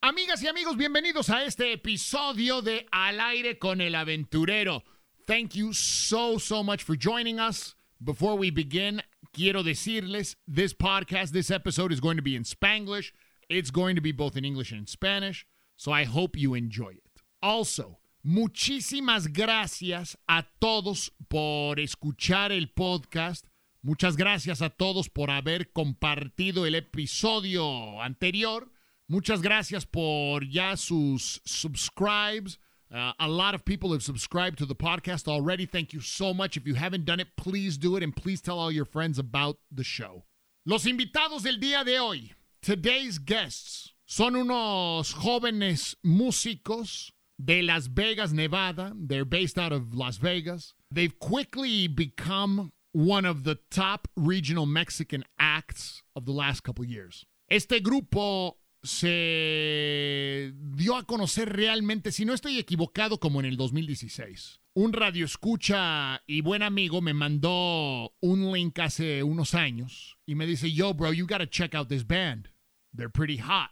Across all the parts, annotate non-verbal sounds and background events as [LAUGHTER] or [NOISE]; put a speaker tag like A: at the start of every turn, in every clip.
A: Amigas y amigos, bienvenidos a este episodio de Al aire con el aventurero. Thank you so, so much for joining us. Before we begin, quiero decirles this podcast, this episode is going to be in Spanglish. It's going to be both in English and in Spanish. So I hope you enjoy it. Also, muchísimas gracias a todos por escuchar el podcast. Muchas gracias a todos por haber compartido el episodio anterior. Muchas gracias por ya sus subscribes. Uh, a lot of people have subscribed to the podcast already. Thank you so much. If you haven't done it, please do it and please tell all your friends about the show. Los invitados del día de hoy, today's guests, son unos jóvenes músicos de Las Vegas, Nevada. They're based out of Las Vegas. They've quickly become one of the top regional Mexican acts of the last couple years. Este grupo se dio a conocer realmente, si no estoy equivocado, como en el 2016. Un radio escucha y buen amigo me mandó un link hace unos años y me dice, yo, bro, you gotta check out this band. They're pretty hot.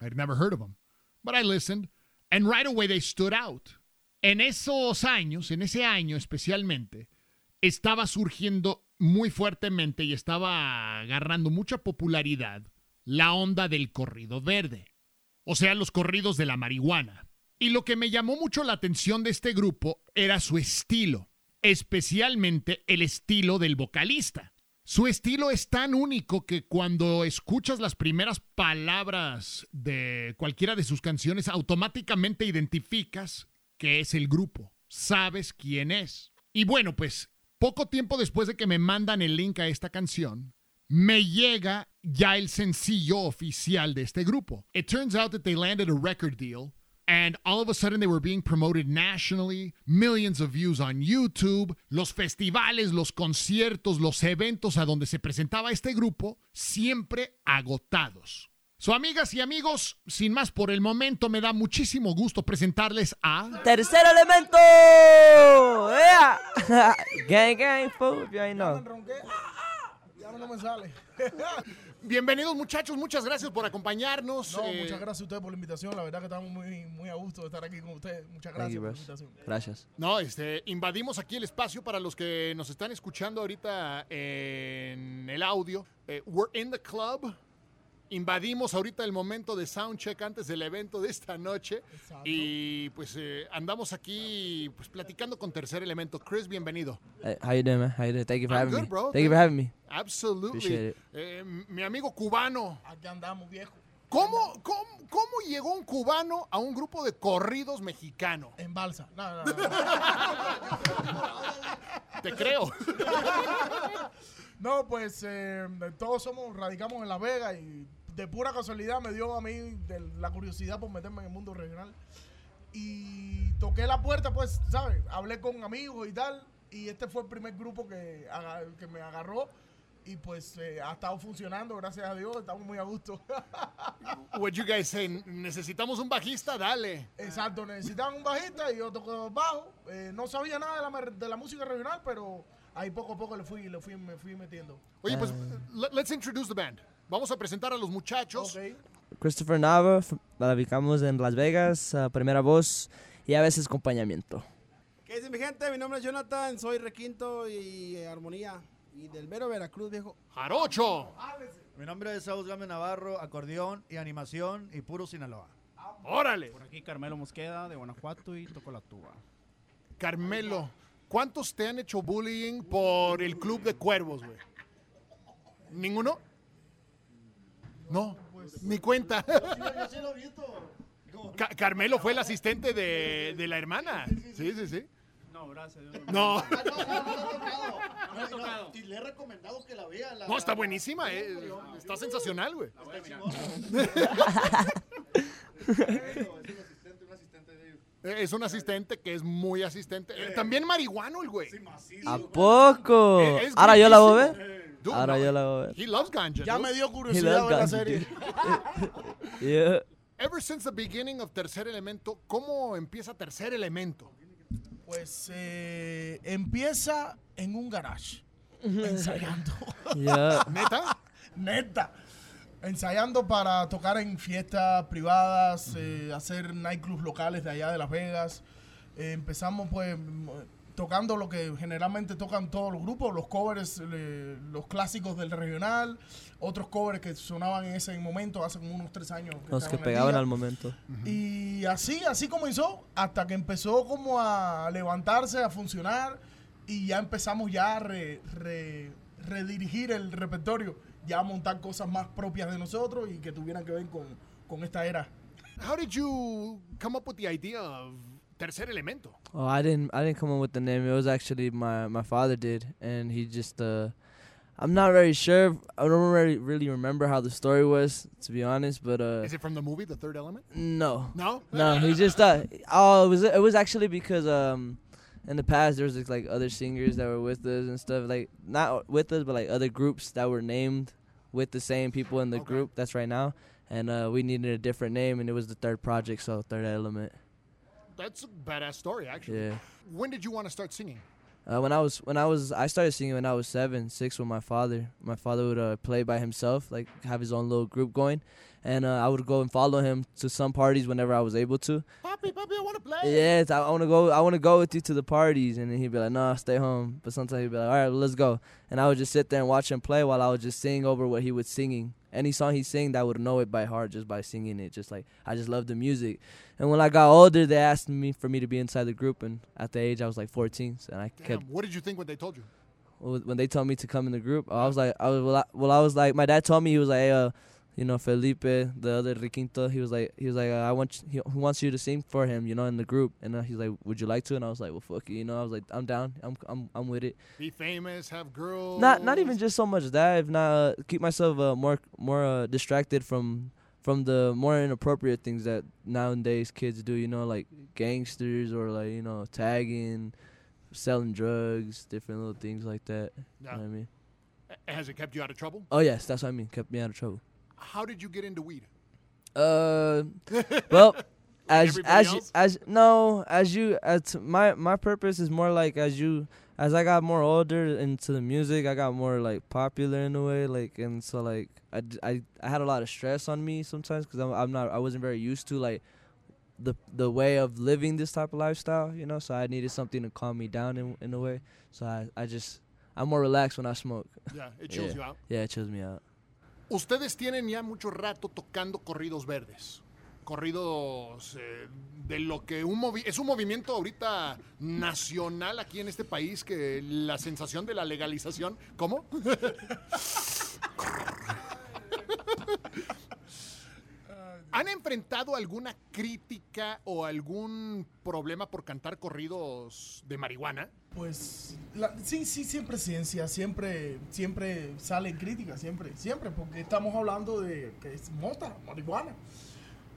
A: I'd never heard of them. But I listened, and right away they stood out. En esos años, en ese año especialmente, estaba surgiendo muy fuertemente y estaba agarrando mucha popularidad la onda del corrido verde, o sea, los corridos de la marihuana. Y lo que me llamó mucho la atención de este grupo era su estilo, especialmente el estilo del vocalista. Su estilo es tan único que cuando escuchas las primeras palabras de cualquiera de sus canciones, automáticamente identificas que es el grupo, sabes quién es. Y bueno, pues poco tiempo después de que me mandan el link a esta canción, me llega ya el sencillo oficial de este grupo. It turns out that they landed a record deal and all of a sudden they were being promoted nationally, millions of views on YouTube, los festivales, los conciertos, los eventos a donde se presentaba este grupo, siempre agotados. So, amigas y amigos, sin más por el momento, me da muchísimo gusto presentarles a...
B: Tercer elemento. ¡Ea! [LAUGHS] gang, gang, fool, you ain't know.
C: Ah, no me sale. [LAUGHS]
A: Bienvenidos muchachos, muchas gracias por acompañarnos.
C: No,
A: Eh,
C: muchas gracias a ustedes por la invitación. La verdad que estamos muy, muy a gusto de estar aquí con ustedes. Muchas
B: Thank
C: gracias
B: you,
C: por la
B: bros.
C: invitación.
B: Gracias.
A: No, este, invadimos aquí el espacio para los que nos están escuchando ahorita en el audio. Eh, we're in the club. Invadimos ahorita el momento de soundcheck antes del evento de esta noche. Y pues eh, andamos aquí pues, platicando con tercer elemento. Chris, bienvenido.
B: Hey, Eh, how you doing, man? How you doing? Thank you for
A: I'm
B: having
A: good,
B: me.
A: bro.
B: Thank you for having me. Appreciate
A: Absolutely.
B: it.
A: Eh, mi amigo cubano.
C: Aquí andamos, viejo.
A: ¿Cómo, cómo, cómo llegó un cubano a un grupo de corridos mexicano?
C: En balsa. No, no, no. [LAUGHS]
A: Te creo.
C: No, pues eh, todos somos, radicamos en La Vega y de pura casualidad me dio a mí de la curiosidad por meterme en el mundo regional. Y toqué la puerta, pues, ¿sabes? Hablé con amigos y tal. Y este fue el primer grupo que, aga- que me agarró. Y pues eh, ha estado funcionando, gracias a Dios. Estamos muy a gusto. [LAUGHS]
A: What you guys say? Necesitamos un bajista, dale.
C: Exacto, necesitaban un bajista y yo tocaba bajo. Eh, no sabía nada de la, mer- de la música regional, pero ahí poco a poco le fui, le fui, me fui metiendo.
A: Oye, pues, le- let's introduce the band. Vamos a presentar a los muchachos.
C: Ok.
B: Christopher Nava, f- radicamos en Las Vegas, uh, primera voz y a veces acompañamiento.
D: ¿Qué dice mi gente? Mi nombre es Jonathan, soy Requinto y eh, Armonía y del Vero Veracruz, viejo.
A: Jarocho.
E: Mi nombre es Saúl Gámez Navarro, acordeón y animación y puro Sinaloa.
A: Órale.
F: Por aquí Carmelo Mosqueda de Guanajuato y toco la tuba.
A: Carmelo, ¿cuántos te han hecho bullying por el club de cuervos, güey? ¿Ninguno? No, ni cuenta. [LAUGHS] Ca- Carmelo fue el asistente de, de la hermana. Sí, sí, sí.
F: No, gracias.
A: [LAUGHS] No,
G: No, no, y le he recomendado que la vea. La,
A: no, está buenísima. eh. Está sensacional, güey. Eh, Es un asistente que es muy asistente. Eh, También marihuano el güey.
B: ¿A poco?
A: Eh, es
B: Oh, Ahora yo la voy a
A: grandísimo.
B: ver.
A: Dude,
B: Ahora
A: no, eh.
B: yo la voy a ver.
A: He loves ganja.
C: Ya
A: dude.
C: me dio
B: He
C: curiosidad
B: loves
C: ver la
B: ganja,
C: serie.
B: dude. [LAUGHS] Yeah.
A: Ever since the beginning of Tercer Elemento, ¿cómo empieza Tercer Elemento?
C: Pues eh, empieza en un garage, ensayando.
B: [LAUGHS] Yeah.
A: ¿Neta?
C: Neta. ensayando para tocar en fiestas privadas, eh, hacer nightclubs locales de allá de Las Vegas. Eh, empezamos pues m- tocando lo que generalmente tocan todos los grupos, los covers, eh, los clásicos del regional, otros covers que sonaban en ese momento hace como unos tres años.
B: Los que
C: estaban al
B: pegaban
C: día.
B: al momento.
C: Y así, así comenzó, hasta que empezó como a levantarse, a funcionar, y ya empezamos ya a re- re- redirigir el repertorio, ya a montar cosas más propias de nosotros y que tuvieran que ver con, con esta era.
A: How did you come up with the idea of Tercer Elemento?
B: Oh, I didn't. I didn't come up with the name. It was actually my my father did, and he just. Uh, I'm not very sure. I don't really really remember how the story was, to be honest. But uh,
A: Is it from the movie The Third Element?
B: no,
A: No?
B: no, he just. Uh, oh, it was it was actually because um, in the past there was like, like other singers that were with us and stuff. Like not with us, but like other groups that were named with the same people in the
A: Okay.
B: group that's right now. And uh, we needed a different name, and it was the third project, so third element.
A: That's a badass story, actually.
B: Yeah.
A: When did you want to start singing?
B: Uh, when I was when I was I started singing when I was seven, six with my father. My father would uh, play by himself, like have his own little group going, and uh, I would go and follow him to some parties whenever I was able to.
A: Papi, papi, I want to play.
B: Yeah, it's, I, I want to go. I want to go with you to the parties, and then he'd be like, "Nah, stay home." But sometimes he'd be like, "All right, let's go," and I would just sit there and watch him play while I would just sing over what he was singing. Any song he sang, I would know it by heart just by singing it. Just like I just loved the music. And when I got older, they asked me for me to be inside the group, and at the age I was like 14, so- and I
A: Damn,
B: kept
A: what did you think when they told you?
B: well, when they told me to come in the group, I was like, I was well, I, well, I was like, my dad told me he was like, hey, uh, you know, Felipe, the other Riquinto, he was like, he was like, uh, I want you, he wants you to sing for him, you know, in the group, and uh, he's like, would you like to? And I was like, well, fuck you, you know, I was like, I'm down, I'm, I'm, I'm with it.
A: Be famous, have girls.
B: Not, not even just so much that, if not uh, keep myself uh, more, more uh, distracted from, from the more inappropriate things that nowadays kids do, you know, like gangsters or like you know tagging, selling drugs, different little things like that.
A: Yeah.
B: You know what I mean.
A: Has it kept you out of trouble?
B: Oh yes, that's what I mean. Kept me out of trouble.
A: How did you get into weed?
B: Uh, [LAUGHS] well, as
A: Everybody
B: as you,
A: else?
B: as no, as you as my my purpose is more like as you as I got more older into the music, I got more like popular in a way, like and so like I d- I, I had a lot of stress on me sometimes because I'm, I'm not I wasn't very used to like the the way of living this type of lifestyle, you know. So I needed something to calm me down in in a way. So I I just I'm more relaxed when I smoke.
A: Yeah, it chills
B: Yeah.
A: you out.
B: Yeah, it chills me out.
A: Ustedes tienen ya mucho rato tocando corridos verdes. Corridos eh, de lo que un movi- es un movimiento ahorita nacional aquí en este país que la sensación de la legalización. ¿Cómo?
C: [LAUGHS]
A: ¿Han enfrentado alguna crítica o algún problema por cantar corridos de marihuana?
C: Pues la- sí, sí, siempre ciencia, siempre, siempre salen críticas, siempre, siempre, porque estamos hablando de que es mota, marihuana.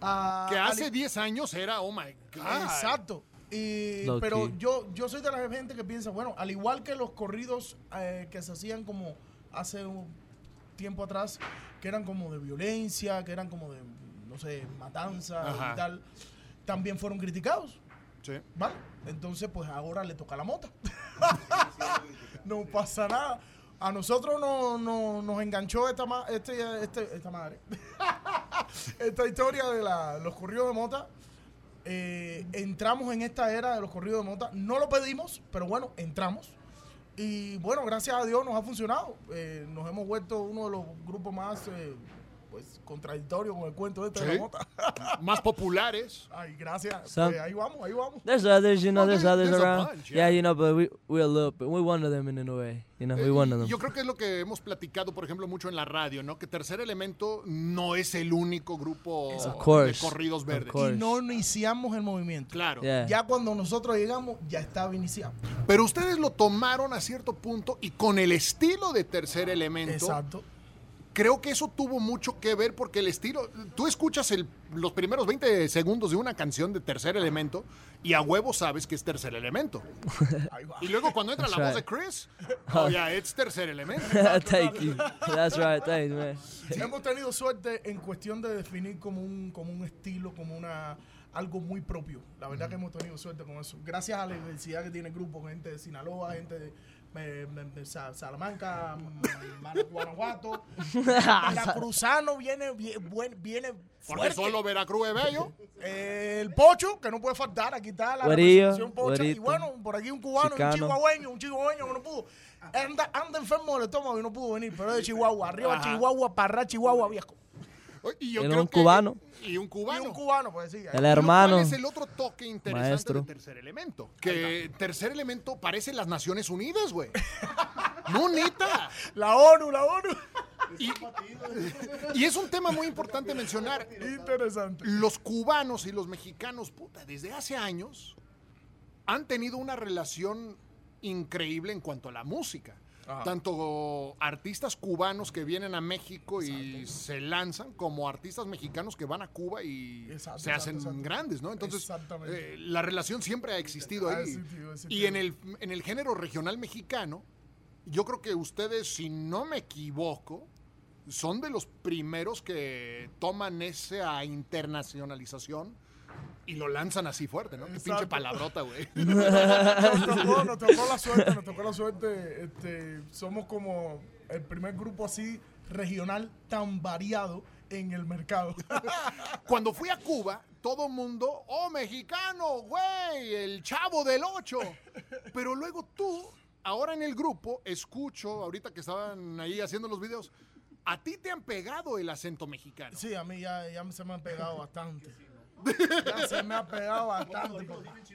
C: Ah,
A: Que
C: al-
A: hace 10 años era, oh my God.
C: Exacto. Y-
B: Low
C: pero
B: key.
C: yo, yo soy de la gente que piensa, bueno, al igual que los corridos eh, que se hacían como hace un tiempo atrás, que eran como de violencia, que eran como de, no sé, matanza
A: Ajá.
C: y tal, también fueron criticados.
A: Sí.
C: ¿Vale? Entonces, pues ahora le toca la mota. no pasa nada. A nosotros no, no- nos enganchó esta, ma- este- este- esta madre. [LAUGHS] esta historia de la- los corridos de mota. Eh, entramos en esta era de los corridos de mota. No lo pedimos, pero bueno, entramos. Y bueno, gracias a Dios nos ha funcionado. Eh, nos hemos vuelto uno de los grupos más eh, pues, contradictorios con el cuento de esta de
A: Sí.
C: la mota.
A: Más populares.
C: Ay, gracias.
B: Son-
C: Eh, ahí vamos, ahí vamos.
B: There's others, you know.
A: Oh,
B: there's,
A: there's-
B: others
A: there's a
B: around.
A: bunch,
B: yeah.
A: yeah.
B: you know, but we we're a little, but we're one of them in, in a way. You know, we're one of them.
A: Eh,
B: [LAUGHS]
A: Yo creo que es lo que hemos platicado, por ejemplo, mucho en la radio, ¿no? Que Tercer Elemento no es el único grupo
B: Of course,
A: de corridos
B: of
A: verdes.
B: course.
C: y no iniciamos el movimiento.
A: Claro.
B: Yeah.
C: Ya cuando nosotros llegamos, ya estaba iniciado.
A: Pero ustedes lo tomaron a cierto punto y con el estilo de Tercer Elemento,
C: Exacto.
A: creo que eso tuvo mucho que ver porque el estilo, tú escuchas el- los primeros 20 segundos de una canción de Tercer Elemento y a huevo sabes que es Tercer Elemento. Y luego cuando entra la
B: That's
A: voz de
B: right.
A: Chris,
B: [LAUGHS]
A: oh, ya, es Tercer Elemento.
B: Thank you. That's right. Thanks, man.
C: Hemos tenido suerte en cuestión de definir como un, como un estilo, como una algo muy propio. La verdad que hemos tenido suerte con eso. Gracias a la diversidad que tiene el grupo, gente de Sinaloa, gente de eh, eh,
A: [LAUGHS]
C: Sa- Salamanca, Mar- Guanajuato. Veracruzano viene, vie- buen- viene
A: Porque
C: fuerte.
A: solo Veracruz es bello.
C: Eh, el pocho, que no puede faltar, aquí está la
B: Güerillo,
C: representación pocha. Y
B: güerito,
C: bueno, por aquí un cubano, y un
B: chicano.
C: chihuahueño, un chihuahueño que no pudo. Anda, anda enfermo del estómago y no pudo venir, pero es de Chihuahua, arriba Chihuahua, parra Chihuahua, viejo.
A: [LAUGHS] Y yo
B: Era
A: creo
B: un
A: que-
B: cubano.
A: Y un
C: Y
A: cubano.
C: un cubano, pues sí.
B: El
A: Lo
B: hermano.
A: cual es el otro toque interesante
B: Maestro.
A: de Tercer Elemento. Que Tercer Elemento parece las Naciones Unidas, güey. [LAUGHS] No, neta.
C: La ONU, la ONU. [LAUGHS]
A: Y, y es un tema muy importante mencionar.
C: Interesante.
A: Los cubanos y los mexicanos, puta, desde hace años han tenido una relación increíble en cuanto a la música. Tanto artistas cubanos que vienen a México y se lanzan, como artistas mexicanos que van a Cuba y
C: Exacto,
A: se hacen
C: exacto, exacto.
A: grandes, ¿no? Entonces,
C: Exactamente. Ah,
A: eh, la relación siempre ha existido
C: Ha
A: ahí.
C: existido, ha existido.
A: Y en el, en el género regional mexicano, yo creo que ustedes, si no me equivoco, son de los primeros que toman esa internacionalización y lo lanzan así fuerte, ¿no? Qué pinche
C: Exacto.
A: palabrota, güey.
C: Nos tocó, nos tocó la suerte, nos tocó la suerte. Este, somos como el primer grupo así regional tan variado en el mercado.
A: Cuando fui a Cuba, todo mundo, oh, mexicano, güey, el chavo del 8. Pero luego tú, ahora en el grupo, escucho, ahorita que estaban ahí haciendo los videos, a ti te han pegado el acento mexicano.
C: Sí, a mí ya, ya se me han
A: [LAUGHS]
C: pegado bastante. Ya se me ha pegado bastante. porque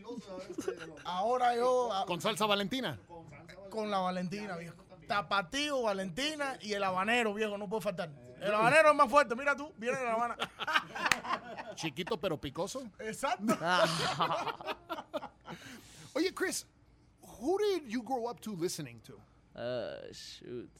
C: Ahora yo a-
A: Con salsa valentina.
C: con la Valentina, viejo. Tapatío, Valentina y el habanero, viejo, no puede faltar. El habanero es más fuerte, mira tú, viene de La Habana.
A: Chiquito pero picoso.
B: [LAUGHS]
C: Exacto.
A: Oye, Chris, who did you grow up to listening to?
B: Uh, shoot,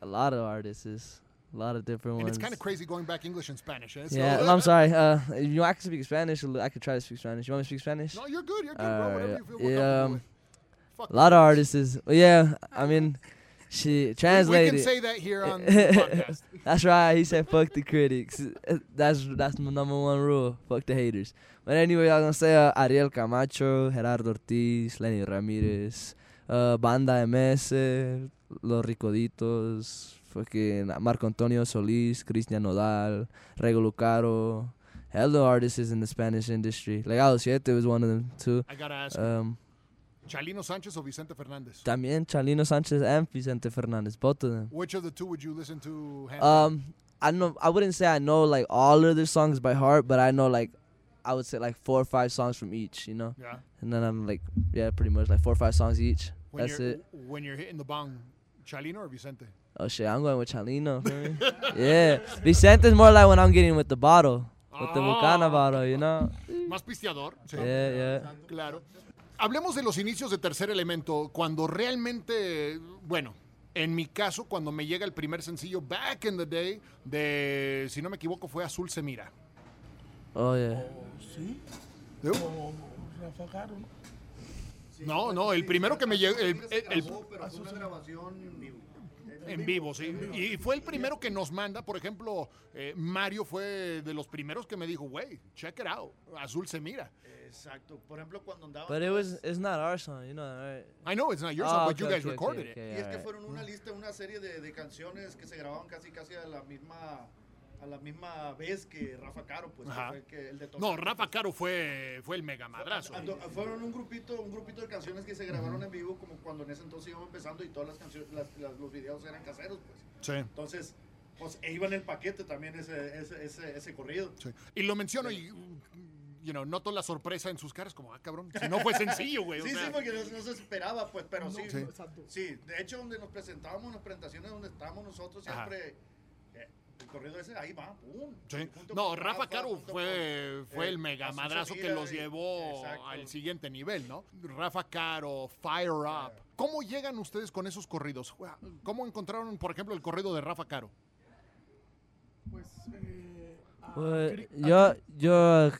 B: a lot of artists, is- a lot of different
A: And
B: ones.
A: it's kind of crazy going back English and Spanish. Eh? So-
B: Yeah, well, I'm sorry. Uh, if you want, I can speak Spanish. a li- I could try to speak Spanish. You want me to speak Spanish?
A: No, you're good. You're good, bro. Whatever
B: Alright,
A: you feel
B: yeah,
A: comfortable
B: um,
A: with. Fuck
B: a lot of artists. Is, well, yeah, I mean, she
A: We can
B: translated.
A: say that here on
B: [LAUGHS]
A: the podcast.
B: That's right. He said, "Fuck the critics." [LAUGHS] That's that's my number one rule. Fuck the haters. But anyway, I was gonna say uh, Ariel Camacho, Gerardo Ortiz, Lenny Ramirez, uh, Banda MS, Los Ricoditos, fucking Marco Antonio Solís, Cristian Nodal, Rego Lucaro. Hello, artists in the Spanish industry. Legado Siete was one of them too.
A: I gotta ask,
B: Um,
A: Chalino Sanchez or Vicente Fernandez?
B: también Chalino Sanchez and Vicente Fernandez, both of them.
A: Which of the two would you listen to? hand-
B: Um, I know I wouldn't say I know like all of their songs by heart, but I know like I would say like four or five songs from each, you know.
A: yeah.
B: And then I'm like, yeah, pretty much like four or five songs each.
A: When
B: That's
A: you're,
B: it.
A: When you're hitting the bong, Chalino or Vicente?
B: Oh shit, I'm going with Chalino.
A: [LAUGHS]
B: feel me? yeah, Vicente's more like when I'm getting with the bottle, with the Bucana
A: Ah.
B: bottle, you know.
A: Más pisteador. Sí.
B: Mm. Yeah, yeah.
A: Claro. Hablemos de los inicios de Tercer Elemento, cuando realmente, bueno, en mi caso, cuando me llega el primer sencillo, Back in the Day, de, si no me equivoco, fue Azul se mira.
B: Oh yeah.
A: ¿Eh? No, no, el primero que me llegó, el- el- el-
D: pero fue una grabación en vivo.
A: en vivo, sí. Y fue el primero que nos manda, por ejemplo, eh, Mario fue de los primeros que me dijo, güey, check it out, Azul se mira.
D: Exacto. Por ejemplo, cuando andaban.
B: But it was it's not our song, you know, that, right?
A: I know it's not your song,
B: Oh,
A: but you
B: okay,
A: guys
B: okay,
A: recorded
B: okay,
A: it.
B: okay,
D: Y es que
B: alright.
D: fueron una lista, una serie de, de canciones que se grababan casi casi a la misma a la misma vez que Rafa Caro, pues que
A: Ajá.
D: fue el, que, el de
A: No,
D: Tocante,
A: Rafa
D: pues.
A: Caro fue, fue el mega madrazo.
D: Ando- Fueron un grupito, un grupito de canciones que se grabaron en vivo como cuando en ese entonces íbamos empezando y todas las canciones, las- las- los videos eran caseros, pues.
A: Sí.
D: Entonces, pues e iba en el paquete también ese, ese, ese, ese corrido.
A: Sí. Y lo menciono y, you know, noto la sorpresa en sus caras, como, ah, cabrón, si no fue sencillo, güey. o
D: Sí,
A: sea.
D: sí, porque no, no se esperaba, pues, pero sí,
A: Sí.
D: sí. De hecho, donde nos presentábamos, en las presentaciones donde estábamos nosotros,
A: Ajá.
D: siempre eh, el corrido ese, ahí va, pum.
A: Sí.
D: Junto
A: No,
D: con
A: Rafa Caro
D: junto
A: fue,
D: con,
A: fue
D: eh,
A: el mega
D: Asunción
A: madrazo que
D: Mira
A: los
D: y-
A: llevó
D: exacto.
A: al siguiente nivel, ¿no? Rafa Caro, Fire Up. ¿Cómo llegan ustedes con esos corridos? ¿Cómo encontraron, por ejemplo, el corrido de Rafa Caro?
C: Pues, eh, a
B: Well,
C: Cri- a-
B: yo yo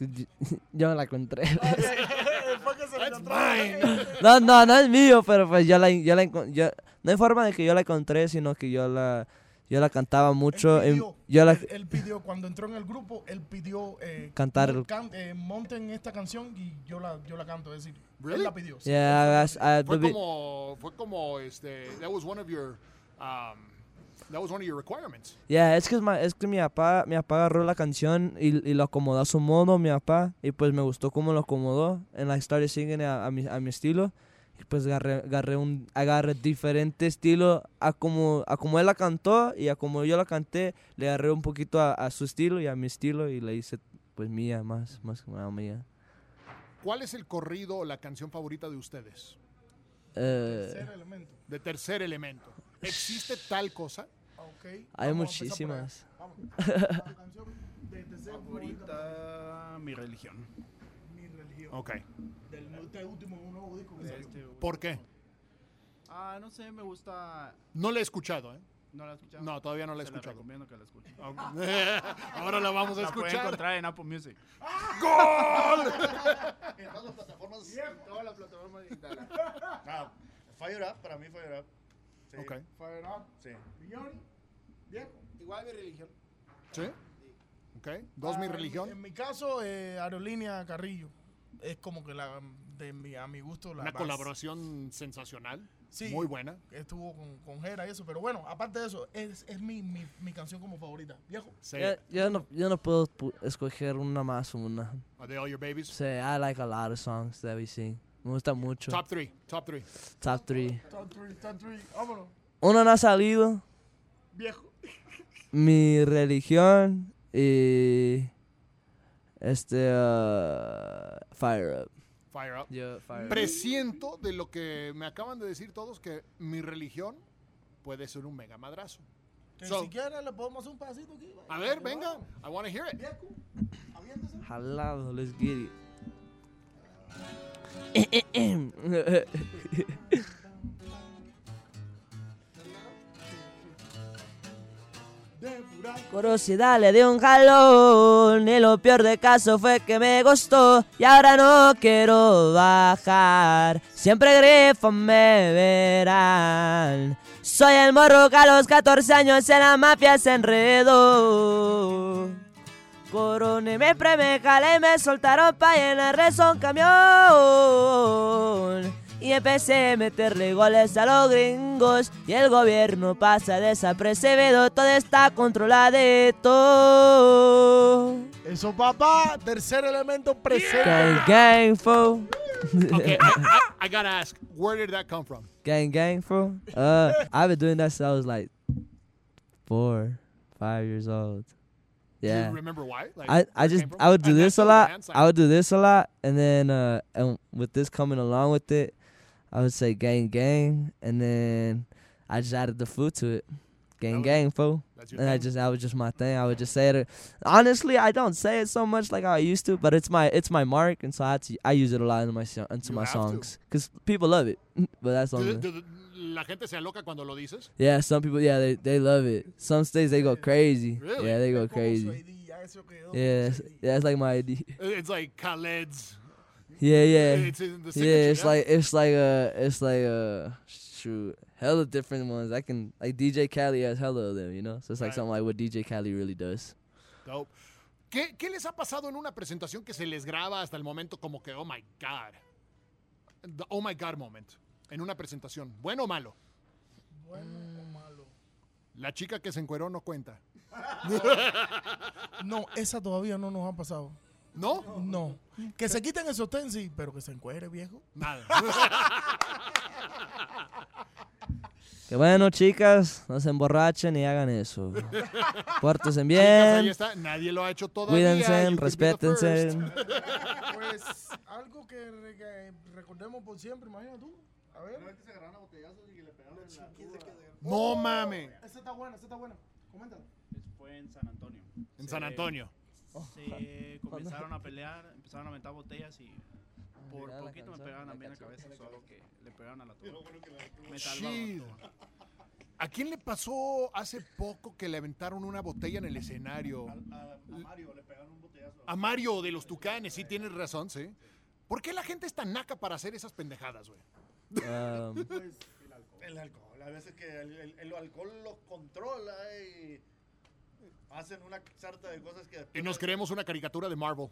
B: yo [LAUGHS] la encontré.
C: [LAUGHS] Fue que se le
A: That's
C: encontró.
A: mine.
B: No, no, no es mío, pero pues yo la, yo la encon- yo- no hay forma de que yo la encontré, sino que yo la, yo la cantaba mucho.
C: Él
B: en-
C: pidió,
B: yo la,
C: él, él pidió, cuando entró en el grupo, él pidió eh,
B: Cantar el-
C: can- eh, monten esta canción y yo la, yo la canto. Es decir,
A: Really?
C: él la pidió. sí.
B: yeah, I, I,
A: Fue
B: baby-
A: como, fue como, este, that was one of your, um, that was one of your requirements.
B: yeah, es que es, ma- es que mi papá, mi papá agarró la canción y, y lo acomodó a su modo, mi papá, y pues me gustó cómo lo acomodó, and I started singing a, a mi, a mi estilo, y pues agarré, agarré un, agarré diferente estilo a como, a como él la cantó y a como yo la canté, le agarré un poquito a, a su estilo y a mi estilo y le hice pues mía más, más que nada mía.
A: ¿Cuál es el corrido o la canción favorita de ustedes?
B: Eh,
C: Tercer elemento.
A: De tercer elemento. ¿Existe tal cosa?
C: Ok,
B: hay
C: vamos a empezar por ahí.
B: muchísimas.
C: Vamos.
B: [LAUGHS]
C: La canción de tercer favorita,
H: Favorita, mi religión.
C: mi religión.
A: Ok.
C: Del este último nuevo disco que salió.
H: Este, güey.
A: ¿Por qué?
H: Ah, no sé, me gusta.
A: No la he escuchado, ¿eh?
H: ¿No la has escuchado?
A: No, todavía no la he
H: Se
A: escuchado.
H: recomiendo que la escuchen.
A: [LAUGHS] Ahora la vamos a
H: La pueden
A: escuchar.
H: encontrar en Apple Music.
D: En todas las plataformas. En todas las plataformas digitales. No, Ah, Fire Up, para mí Fire Up. Sí,
A: Ok.
C: Fire Up,
D: sí.
C: Millón, viejo.
I: Igual mi religión.
A: ¿Sí? Ok. Dos, mi
C: Ah, en-
A: religión.
C: En mi caso, eh, Aerolínea Carrillo. Es como que la de mi, a mi gusto la
A: Una
C: más-
A: colaboración sensacional.
C: Sí.
A: Muy buena.
C: Estuvo con, con Jera y eso, pero bueno, aparte de eso, es, es mi, mi, mi canción como favorita. Viejo,
A: Sí.
B: Yo, yo no, yo no puedo pu- escoger una más o una.
A: Are they all your babies?
B: Sí, I like a lot of songs that we sing. Me gusta mucho.
A: Top three. Top three.
B: Top 3.
C: top 3, top 3, vámonos.
B: Uno no ha salido.
C: Viejo,
B: Mi religión y. Este. ah, fire Up.
A: Fire up.
B: Yo, Fire
A: Presiento de lo que me acaban de decir todos que mi religión puede ser un mega madrazo.
C: que
A: So-
C: si quieres le podemos hacer un pasito aquí. vaya.
A: A ver, venga. I want to hear it.
C: Viejo, aviéntese.
B: Jalado, let's get it. Curiosidad le di un jalón y lo peor de caso fue que me gustó y ahora no quiero bajar. Siempre grifo me verán. Soy el morro que a los 14 años en la mafia se enredó. Coroné, me preme, jalé y me soltaron pa' llenar rezo un camión. Y empecé a meterle goles a los gringos. Y el gobierno pasa desapercibido, todo está controladito.
C: Eso, papá, tercer elemento presente.
B: Gang, gang, fo. [LAUGHS]
A: Okay. I, I, I gotta ask, where did that come from?
B: Gang, gang, fo. Uh, I've been doing that since I was like four, five years old.
A: Do
B: Yeah.
A: you remember why? Like,
B: I,
A: where
B: I
A: it
B: just
A: came from?
B: I would do
A: And
B: this
A: that's
B: a
A: the
B: lot.
A: dance, like-
B: I would do this a lot, and then uh, and with this coming along with it, I would say gang gang, and then I just added the food to it, gang
A: was-
B: gang fool.
A: That's your
B: And I
A: thing.
B: just that was just my thing. I would just say it. Honestly, I don't say it so much like I used to, but it's my it's my mark, and so I had to, I use it a lot in my so- into
A: You
B: my
A: have to.
B: songs because people love it. [LAUGHS] but that's
A: Do
B: on
A: the-
B: the-
A: do the- la gente se aloca cuando lo dices.
B: yeah. Some people yeah they they love it. Some states they go crazy.
A: Really?
B: Yeah, they go
C: Como su
B: crazy.
C: ID, ya eso quedó como
B: Yeah,
C: su
B: that's,
C: ID.
B: yeah, that's like my idea. [LAUGHS]
A: It's like Khaled's.
B: Yeah, yeah.
A: It's in the signature,
B: yeah, it's
A: yeah?
B: like it's like uh it's like uh shoot hella different ones. I can like DJ Cali has hella of them, you know. So it's like
A: Right.
B: something like what DJ Cali really does.
A: Dope. ¿Qué, qué les ha pasado en una presentación que se les graba hasta el momento como que, oh my God? The oh my God moment. En una presentación. ¿Bueno o malo?
C: Bueno o malo.
A: La chica que se encueró no cuenta.
C: No, esa todavía no nos ha pasado.
A: ¿No?
C: No. Que se quiten el sostén, sí, pero que se encuere, viejo.
B: [LAUGHS]
A: Nada.
B: Que bueno, chicas, no se emborrachen y
A: [LAUGHS]
B: hagan eso.
A: Chicas,
B: Pórtense
A: ahí
B: bien,
A: está. Nadie lo ha hecho todavía. You
B: Em, cuídense,
A: can be the
B: respétense.
A: first.
C: Pues algo que, re- que recordemos por siempre, imagina tú. A ver.
D: Se agarraron a botellazos y le pegaron en la tuba.
A: No mames.
C: Esa está buena, esa está buena. Coméntala.
H: Fue en San Antonio.
A: En
H: Se-
A: San Antonio.
B: Oh, [LAUGHS]
H: Se comenzaron a pelear, empezaron a aventar botellas y por
B: Pegada la
H: poquito me
B: canción,
H: pegaban
B: la
H: a mí en la
B: canción,
H: cabeza,
B: la
H: solo que le pegaron a la tuba. Me salvaron.
A: Chido. ¿A quién le pasó hace poco que le aventaron una botella en el escenario?
D: A, a Mario le pegaron un botellazo.
A: A Mario de los Tucanes, sí tienes razón, [LAUGHS] sí. ¿Por qué la gente es tan naca para hacer esas pendejadas, güey?
B: Um,
D: El alcohol, a veces que el, el- el alcohol los controla y hacen una sarta de cosas que...
A: Y nos creemos una caricatura de Marvel.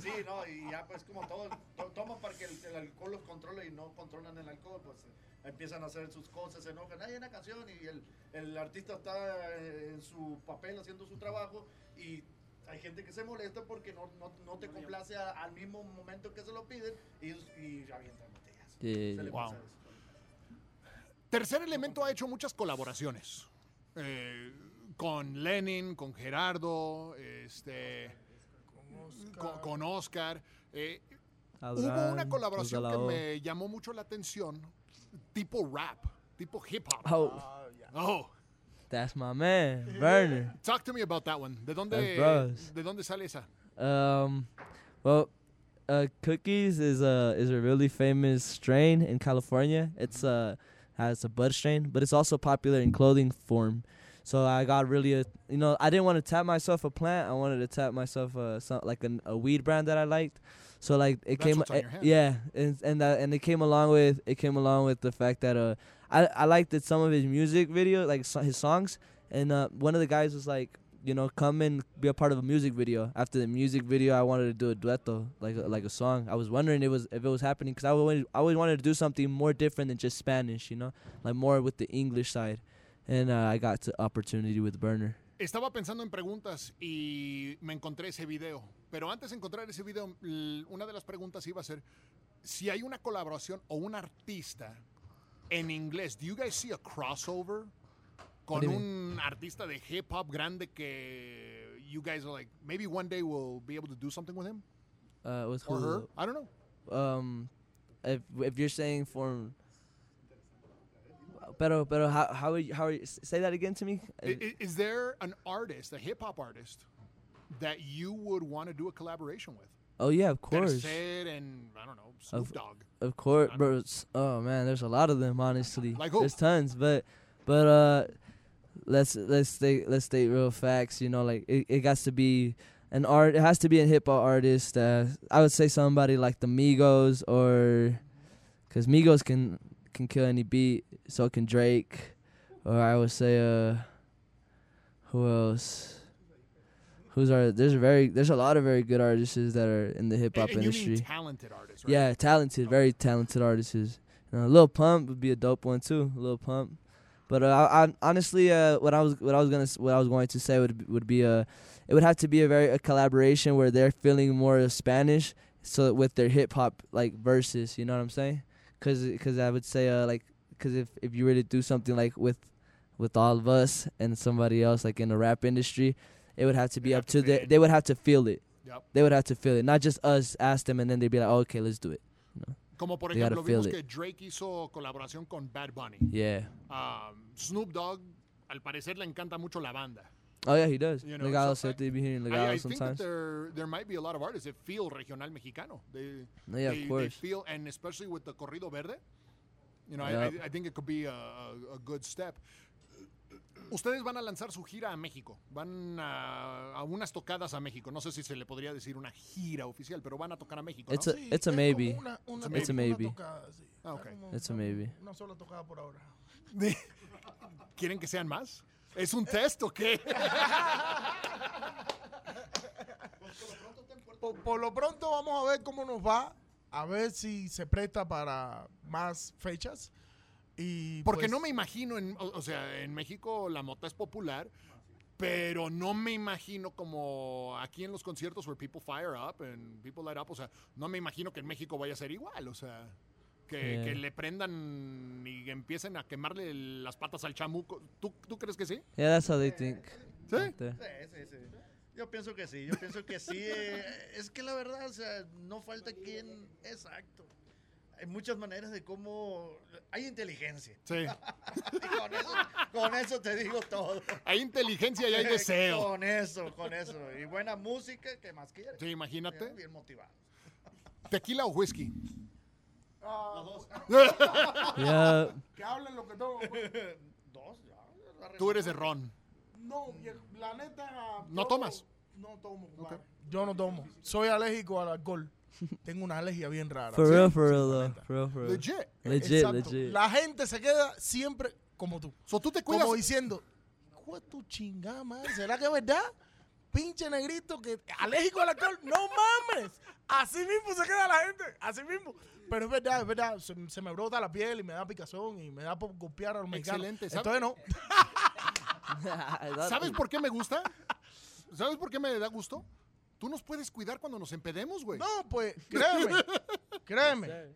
D: Sí, no, y ya pues como todos to- toman para que el, el alcohol los controle y no controlan el alcohol, pues eh, empiezan a hacer sus cosas, se enojan, hay una canción y el, el artista está eh, en su papel haciendo su trabajo y hay gente que se molesta porque no, no, no te complace a- al mismo momento que se lo piden y, y avientan botellas.
B: Yeah, yeah,
D: Se le
B: yeah.
D: pasa
A: Wow.
D: eso.
A: Tercer Elemento ha hecho muchas colaboraciones. Eh, con Lenin, con Gerardo, este, con, con Oscar. Eh, hubo
B: Adán,
A: una
B: los de
A: colaboración
B: la
A: que
B: O.
A: me llamó mucho la atención, tipo rap, tipo hip hop.
B: Oh,
A: Oh,
B: that's my man, Werner.
A: talk to me about that one. ¿De dónde,
B: That's bros.
A: ¿de dónde sale esa?
B: Um, well, uh, cookies is a is a really famous strain in California. It's uh has a bud strain, but it's also popular in clothing form. So I got really, a, you know, I didn't want to tap myself a plant. I wanted to tap myself a some, like an, a weed brand that I liked. So like it
A: That's
B: came,
A: what's on
B: eh,
A: your hand.
B: yeah, and and that, and it came along with it came along with the fact that uh I I liked that some of his music video like so, his songs and uh one of the guys was like you know come and be a part of a music video. After the music video, I wanted to do a dueto like a, like a song. I was wondering it was if it was happening because I always I always wanted to do something more different than just Spanish, you know, like more with the English side. And uh, I got to opportunity with Burner.
A: Estaba pensando en preguntas y me encontré ese video. Pero antes de encontrar ese video, l- una de las preguntas iba a ser si hay una colaboración o un artista en inglés. Do you guys see a crossover con
B: do you
A: un artista de hip hop grande que you guys are like maybe one day we'll be able to do something with him
B: Uh, with
A: or her?
B: who?
A: I don't know.
B: um if if you're saying form pero pero how how are you, how are you, say that again to me
A: I- i- Is there an artist, a hip hop artist that you would want to do a collaboration with?
B: oh yeah of course
A: Tercer and I don't know Snoop Dogg.
B: of course bro it's- oh man there's a lot of them honestly
A: Like who?
B: there's tons but but uh let's let's state let's state real facts you know like it, it has to be an art it has to be a hip hop artist uh I would say somebody like the Migos or cuz Migos can can kill any beat so can Drake or I would say uh who else who's our there's very there's a lot of very good artists that are in the hip
A: And-
B: hop
A: and you
B: industry
A: mean talented artists, right?
B: yeah, talented, very talented artists. You know, Lil Pump would be a dope one too. Lil Pump, but uh, I, I honestly, uh, what I was what I was gonna s- what I was going to say would be- would be a, it would have to be a very a collaboration where they're feeling more of Spanish, so that with their hip hop like verses. You know what I'm saying? Cause, 'cause I would say uh like, cause if if you were to do something like with, with all of us and somebody else like in the rap industry, it would have to be
A: They'd
B: up
A: have to fit
B: to the
A: in.
B: they would have to feel it.
A: Yep.
B: They would have to feel it, not just us ask them and then they'd be like, oh, okay, let's do it.
A: Como por
B: They gotta
A: ejemplo, vimos
B: feel
A: que
B: it.
A: Drake hizo colaboración con Bad Bunny.
B: Yeah.
A: Um, Snoop Dogg, al parecer, le encanta mucho la banda.
B: Oh yeah, he does.
A: You
B: You
A: know,
B: know,
A: so I-
B: said they be hearing
A: I, I
B: Legado
A: think that
B: sometimes.
A: there, there might be a lot of artists that feel regional mexicano. They,
B: Yeah, of
A: they, they
B: course.
A: feel, and especially with the corrido verde, you know, I-
B: Yep.
A: I, I think it could be a, a- a good step. Ustedes van a lanzar su gira a México, van a, a unas tocadas a México. No sé si se le podría decir una gira oficial, pero van a tocar a México. ¿no?
B: It's a it's a maybe.
A: It's a
B: maybe.
C: tocada, sí.
A: Ah,
C: Está
A: ok.
C: como-
B: It's a
C: está
B: maybe.
C: como Una sola tocada por ahora.
A: [LAUGHS] ¿Quieren que sean más? ¿Es un test o
B: [LAUGHS]
A: qué?
C: Por, por lo pronto vamos a ver cómo nos va, a ver si se presta para más fechas. Y
A: Porque
C: pues,
A: no me imagino, en, o, o sea, en México la mota es popular, pero no me imagino como aquí en los conciertos where people fire up and people light up, o sea, no me imagino que en México vaya a ser igual, o sea, que,
B: Yeah.
A: que le prendan y empiecen a quemarle las patas al chamuco. ¿Tú, tú crees que sí?
B: Yeah, that's how they think.
A: Sí.
B: out there.
D: Sí, sí, sí. Yo pienso que sí, yo pienso que sí. eh, es que la verdad, o sea, no falta quien. Exacto. Hay muchas maneras de cómo. Hay inteligencia.
A: Sí.
D: Y con, eso, con eso te digo todo.
A: Hay inteligencia y hay
C: [LAUGHS]
A: deseo.
D: Con eso, con eso. Y buena música, ¿qué más quieres?
A: Sí, imagínate.
D: Bien motivado. [LAUGHS]
A: ¿Tequila o whisky?
C: [LAUGHS]
B: yeah.
C: Que hablen lo que todo.
D: Dos, ya. la
A: Tú eres de ron.
C: No, y el- la neta. ah,
A: ¿No
C: yo
A: tomas? [LAUGHS]
C: No tomo, compadre. Yo no tomo. Soy alérgico al alcohol. Tengo una alergia bien rara.
B: For
C: Sí,
B: real,
C: sí,
B: for real,
C: la
B: though.
C: neta.
B: For real, for real.
A: Legit.
B: Legit,
C: Exacto.
B: legit. [LAUGHS]
C: La gente se queda siempre como tú.
A: So, tú te cuidas.
C: Como diciendo, ¿cuál tu chingada madre? ¿Será que es verdad? Pinche negrito que alérgico al alcohol. ¡No mames! Así mismo se queda la gente. Así mismo. Pero es verdad, es verdad. Se, se me brota la piel y me da picazón y me da por golpear a los mexicanos.
A: Excelente, ¿sabe?
C: Entonces no.
B: That-
A: ¿Sabes por qué me gusta? [LAUGHS] ¿Sabes por qué me da gusto? Tú nos puedes cuidar cuando nos empedemos, güey.
C: No, pues, créeme. créeme.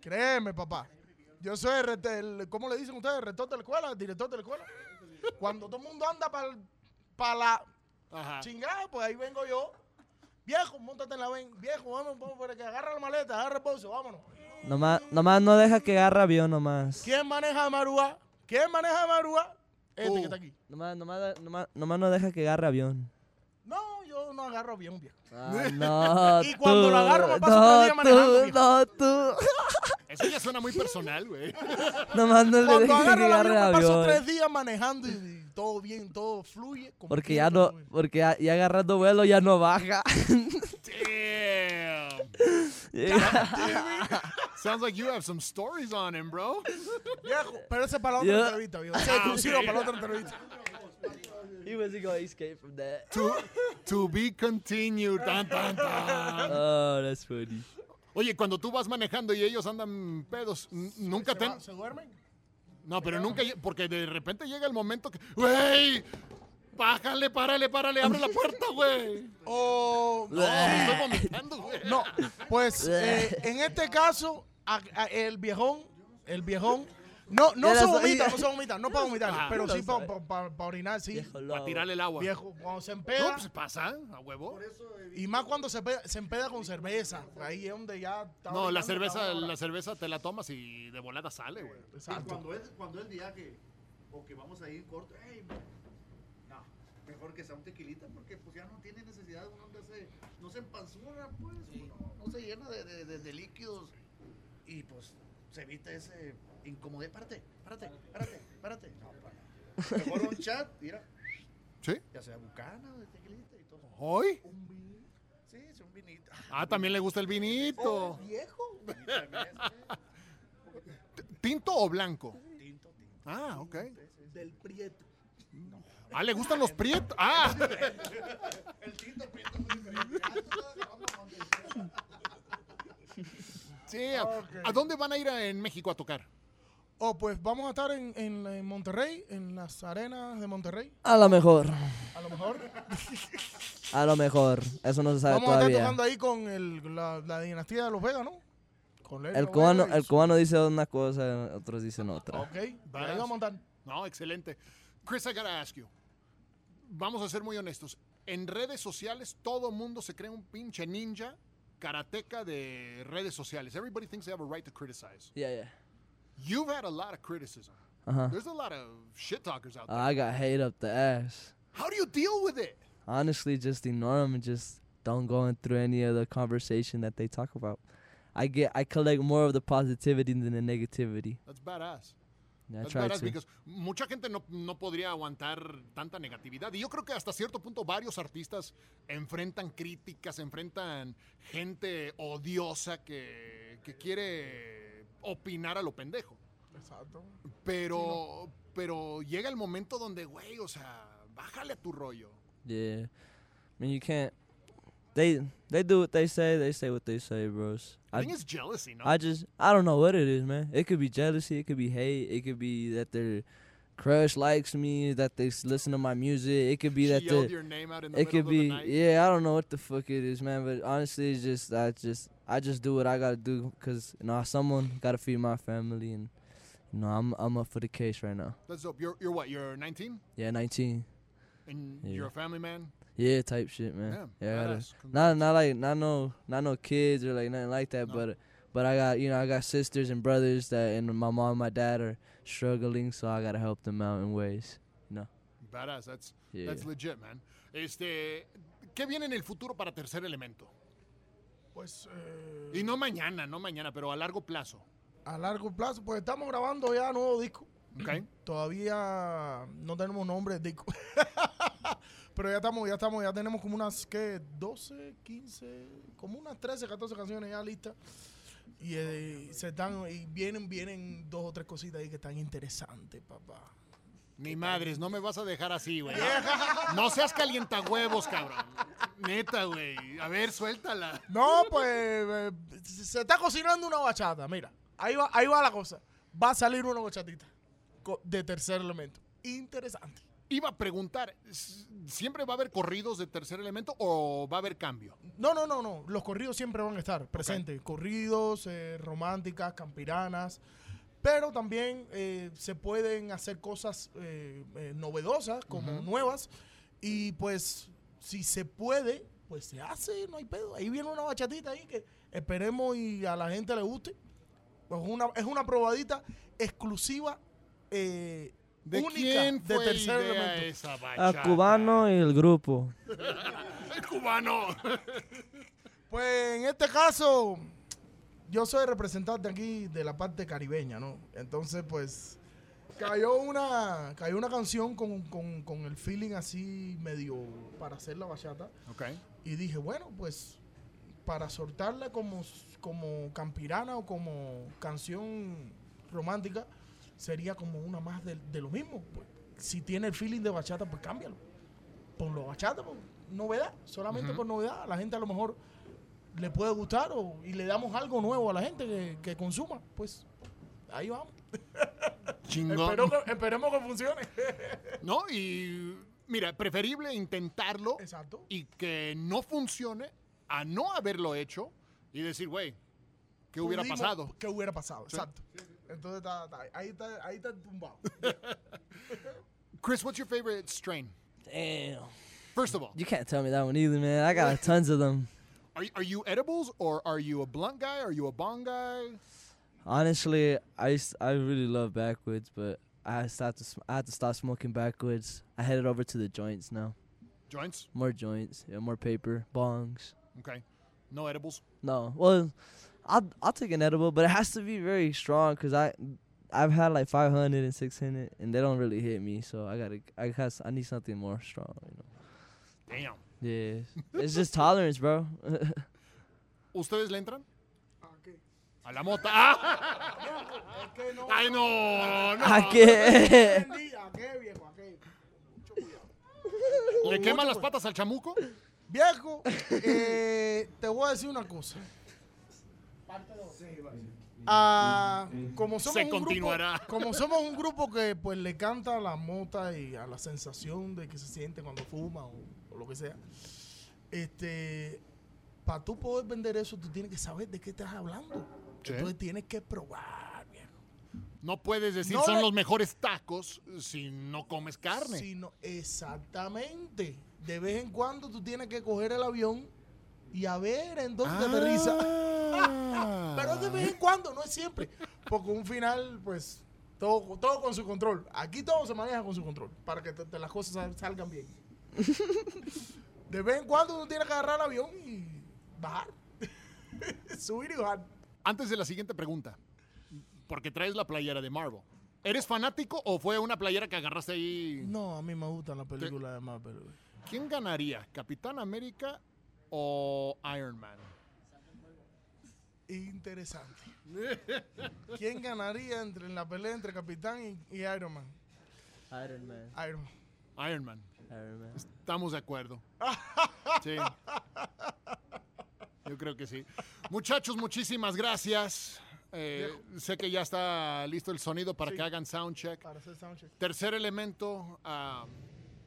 C: Créeme, papá. Yo soy el, rete- el- ¿cómo le dicen ustedes? ¿El rector de la escuela? ¿El director de la escuela? Cuando todo el mundo anda para la
A: Ajá.
C: chingada, pues ahí vengo yo. Viejo, montate en la ven. Viejo, vamos, vamos, para que agarra la maleta, agarra el bolso, vámonos.
B: Nomás, nomás no deja que agarra avión nomás.
C: ¿Quién maneja a Marúa? ¿Quién maneja a Marúa? Este
A: Tú.
C: que está aquí.
B: Nomás, nomás, nomás, nomás no deja que agarre avión.
C: No, yo no agarro bien, viejo. [LAUGHS]
B: Ah, no,
C: Y cuando
B: tú,
C: lo agarro, me paso todo el
B: no,
C: día manejando,
B: tú, No, tú. [LAUGHS]
A: Oh. Eso ya suena muy personal,
C: [LAUGHS]
A: güey.
B: Nomás no le
C: Cuando
B: dejes que
C: agarro el
B: agarre
C: avión, me paso
B: avión.
C: tres días manejando y, y todo bien, todo fluye. como
B: Porque
C: quiero,
B: ya no,
C: todo bien.
B: porque ya, ya agarrando vuelo ya no baja. [LAUGHS]
A: Damn.
C: [LAUGHS]
B: [LAUGHS]
A: Sounds like you have some stories on him, bro.
C: Viejo, pero ese es para la otra
B: Yo-
C: entrevista,
B: [LAUGHS]
C: viejo. Ese es exclusivo para la otra entrevista.
B: He wasn't going to escape from that.
A: To, to be continued. Tan, tan, tan.
B: Oh, that's funny.
A: Oye, cuando tú vas manejando y ellos andan pedos, n- nunca te...
C: ¿Se duermen?
A: No, pero nunca... lle- Porque de repente llega el momento que... ¡Güey! Bájale, párale, párale, abre la puerta, güey.
C: [LAUGHS] O...
A: No, me estoy vomitando, güey.
C: No,
B: [LAUGHS]
C: pues eh, en este caso, a- a- el viejón, el viejón, no, no
B: Ya
C: se
B: lo sabía.
C: vomita, no se vomita, no para vomitar,
A: Ah,
C: pero
B: lo
C: sí para
B: sabe.
C: orinar, sí.
B: Viejo
C: Viejo,
A: Para
B: lobo.
A: tirar el agua.
C: cuando se
A: No,
C: empeda,
A: pues pasa, a huevo.
B: pues,
C: y más cuando se empeda, se empeda con cerveza, ahí es donde ya está
A: No, la
C: orinando,
A: cerveza,
C: está
A: la
C: ahora.
A: cerveza te la tomas y de volada sale, güey.
D: Y
C: Exacto.
D: cuando es, cuando es viaje o que vamos a ir corto, "Ey, me- no, mejor que sea un tequilita porque pues ya no tiene necesidad, uno anda se- no se empanzura, pues, uno no se llena de, de- de- de líquidos y pues se evita ese incomodé, párate, párate, párate, párate. No, pa- Mejor un chat, mira,
A: ¿Sí?
D: ya sea bucana, de tequilita y todo.
A: ¿Hoy?
D: Un vin, sí, es un vinito.
A: Ah, también le gusta el
D: Oh,
A: vinito.
D: Viejo. Vinito de mezcla,
A: ¿Tinto o blanco?
D: tinto, tinto.
A: Ah, ok.
D: Del prieto.
A: Ah, le gustan los prietos. Ah,
D: El tinto prieto es muy diferente. Ah, tú estás grabando con el-
A: sí. ¿A, a dónde van a ir a- en México a tocar?
C: Oh, pues vamos a estar en, en, en Monterrey, en las arenas de Monterrey,
B: A lo mejor.
C: a lo mejor.
B: A lo mejor. Eso no se sabe
C: Vamos a estar
B: todavía.
C: tocando ahí con el, la, la dinastía de los Vegas, ¿no? Con Lelo
B: El cubano,
C: Vega y Oh.
B: el
C: su-
B: cubano dice una cosa, otros dicen otra.
C: Ok, ahí vamos a montar.
A: No, excelente. Chris, I gotta ask you. Vamos a ser muy honestos. En redes sociales, todo mundo se cree un pinche ninja karateca de redes sociales. Everybody thinks they have a right to criticize.
B: Yeah, yeah.
A: You've had a lot of criticism.
B: Ajá.
A: There's a lot of shit talkers out there.
B: I got hate up the ass.
A: How do you deal with it?
B: honestly just ignore them and just don't go in through any of the conversation that they talk about. I get I collect more of the positivity than the negativity.
A: That's badass.
B: Yeah, I
A: That's
B: try
A: badass
B: to.
A: because mucha gente no, no podría aguantar tanta negatividad. Y yo creo que hasta cierto punto varios artistas enfrentan críticas, enfrentan gente odiosa que, que quiere opinar a lo pendejo.
C: Exacto.
A: Pero, pero llega el momento donde, güey, o sea, bájale a tu rollo.
B: yeah. I mean you can't they they do what they say, they say what they say, bros.
A: I
B: I
A: think it's jealousy, ¿no?
B: I just I don't know what it is, man. It could be jealousy, it could be hate, it could be that their crush likes me, that they s- listen to my music, it could be
A: She
B: that
A: yelled
B: the
A: your name out in the
B: it could
A: middle of the
B: be
A: night.
B: yeah i don't know what the fuck it is man but honestly it's just i just i just do what i gotta do because you know someone gotta feed my family and you know i'm i'm up for the case right now
A: That's dope. You're, you're what? You're 19
B: yeah 19
A: and
B: Yeah.
A: you're a family man.
B: yeah type shit man
A: Damn,
B: yeah I gotta-
A: badass.
B: not not like not no not no kids or like nothing like that
A: No.
B: but but i got you know i got sisters and brothers that and my mom and my dad are struggling so i gotta help them out in ways
A: Badass. That's
B: yeah
A: That's legit, man. Este, ¿qué viene en el futuro para Tercer Elemento?
C: Pues eh,
A: Y no mañana, no mañana, pero a largo plazo.
C: a largo plazo, pues estamos grabando ya nuevo disco.
A: ¿Ok?
C: Todavía no tenemos nombre de disco. [LAUGHS] Pero ya estamos, ya estamos, ya tenemos como unas, ¿qué? 12, 15, como unas 13, 14 canciones ya listas. Y eh, se están, y vienen, vienen dos o tres cositas ahí que están interesantes, papá.
A: Ni madres, no me vas a dejar así, güey. No seas calientahuevos, cabrón. Neta, güey. A ver, suéltala.
C: No, pues eh, se se está cocinando una bachata, mira. Ahí va, ahí va la cosa. Va a salir una bachatita co- de tercer elemento. Interesante.
A: Iba a preguntar, ¿s- ¿siempre va a haber corridos de tercer elemento o va a haber cambio?
C: No, no, no, no. Los corridos siempre van a estar presentes. Corridos, eh, románticas, campiranas. Pero también eh, se pueden hacer cosas eh, eh, novedosas, como nuevas. Y pues, si se puede, pues se hace, no hay pedo. Ahí viene una bachatita ahí que esperemos y a la gente le guste. Pues una, es una probadita exclusiva. eh,
A: ¿De
C: única
A: quién fue
C: de tercer
A: idea
C: elemento.
A: esa
B: A
A: bachata?
B: cubano y el grupo.
A: ¡El cubano!
C: Pues en este caso, yo soy representante aquí de la parte caribeña, ¿no? Entonces, pues, cayó una, cayó una canción con, con- con el feeling así medio para hacer la bachata.
A: Ok.
C: Y dije, bueno, pues, para soltarla como, como campirana o como canción romántica, sería como una más de, de lo mismo. Pues, si tiene el feeling de bachata, pues cámbialo. Ponlo bachata, pues, novedad, solamente por novedad. A la gente a lo mejor le puede gustar o, y le damos algo nuevo a la gente que, que consuma. Pues ahí vamos.
A: Chingón.
C: Espero que- esperemos que funcione.
A: ¿No? Y mira, preferible intentarlo
C: Exacto.
A: y que no funcione a no haberlo hecho y decir, güey, ¿qué hubiera
C: Pudimos-
A: pasado?
C: ¿Qué hubiera pasado? Exacto. Entonces está, está- ahí está, ahí está tumbado.
A: Chris, what's your favorite strain?
B: Damn.
A: First of all,
B: You can't tell me that one either, man. I
A: [LAUGHS]
B: got tons of them.
A: are, are you edibles or are you a blunt guy? Are you a bong guy?
B: Honestly, I, s- I really love backwoods, but I stopped to sm- I had to stop smoking backwoods. I headed over to the joints now.
A: Joints?
B: More joints, yeah, more paper, bongs.
A: Okay. No edibles.
B: No, well, I'll I'll take an edible, but it has to be very strong because I I've had like 500 and 600, and they don't really hit me. So I gotta I guess I need something more strong. You know.
A: Damn.
B: Yeah, [LAUGHS] it's just tolerance, bro. [LAUGHS]
A: ¿Ustedes le entran? A la mota. [LAUGHS] ¡Ah! ¡Ay, no! no.
B: I
A: eh.
B: can't.
C: [LAUGHS] ¿A qué, viejo? ¿A qué?
A: ¿Le quema las patas al chamuco? [LAUGHS]
C: Viejo, eh, te voy a decir una cosa. Ah, como somos
A: Se
C: un grupo-
A: continuará.
C: como somos un grupo que pues le canta a la mota y a la sensación de que se siente cuando fuma o, o lo que sea. Este, para tú poder vender eso, tú tienes que saber de qué estás hablando.
A: Sí.
C: Entonces tienes que probar, viejo.
A: No puedes decir
C: No
A: son
C: le-
A: los mejores tacos si no comes carne.
C: Sino- exactamente. De vez en cuando tú tienes que coger el avión y a ver en
A: Ah.
C: dónde aterriza. [LAUGHS] Pero de vez en cuando, no es siempre. Porque un final, pues, todo, todo con su control. Aquí todo se maneja con su control. Para que te- te las cosas sal- salgan bien. De vez en cuando uno tiene que agarrar el avión y bajar. [LAUGHS] Subir y bajar.
A: Antes de la siguiente pregunta, porque traes la playera de Marvel. ¿Eres fanático o fue una playera que agarraste ahí?
C: No, a mí me gustan las películas de Marvel. güey.
A: ¿Quién ganaría? ¿Capitán América o Iron Man?
C: Interesante. [LAUGHS] ¿Quién ganaría entre, en la pelea entre Capitán y, y Iron Man?
B: Iron Man,
C: Iron Man.
A: Iron Man.
B: Iron Man.
A: Estamos de acuerdo. Sí. Yo creo que sí. Muchachos, muchísimas gracias. Eh, sé que ya está listo el sonido para que hagan soundcheck.
C: Para hacer soundcheck.
A: Tercer Elemento, um,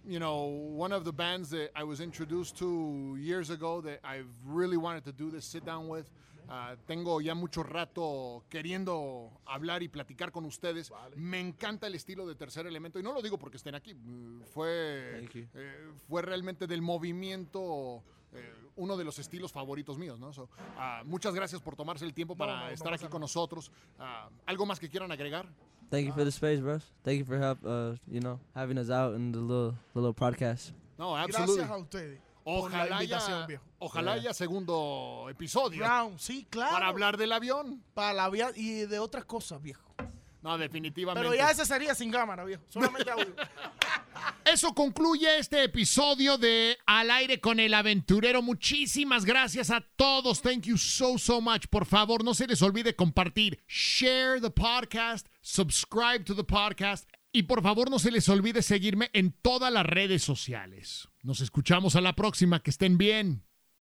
A: you know, one of the bands that I was introduced to years ago that I really wanted to do this sit down with. Uh, tengo ya mucho rato queriendo hablar y platicar con ustedes. Me encanta el estilo de Tercer Elemento y no lo digo porque estén aquí. mm, Fue,
B: Thank you.
A: eh, fue realmente del movimiento. eh, uno de los estilos favoritos míos, ¿no? So, ah, muchas gracias por tomarse el tiempo para
C: no, no
A: estar
C: pasa
A: aquí
C: nada.
A: con nosotros. Ah, ¿Algo más que quieran agregar?
B: Thank you for the space, bros. Thank you for help. Uh, you know, having us out in the little the little podcast.
A: No, absolutamente.
C: Gracias a ustedes. por la
A: Ojalá
C: invitación,
A: haya,
C: viejo. Eh.
A: ojalá
B: Yeah.
A: haya segundo episodio
C: Brown, sí, claro.
A: para hablar del avión.
C: Para la vía- y de otras cosas, viejo.
A: No, definitivamente.
C: Pero ya ese sería sin cámara, viejo. Solamente audio.
A: eso concluye este episodio de Al aire con el aventurero. Muchísimas gracias a todos. Thank you so, so much. Por favor, no se les olvide compartir. Share the podcast. Subscribe to the podcast. Y por favor, no se les olvide seguirme en todas las redes sociales. Nos escuchamos a la próxima. Que estén bien.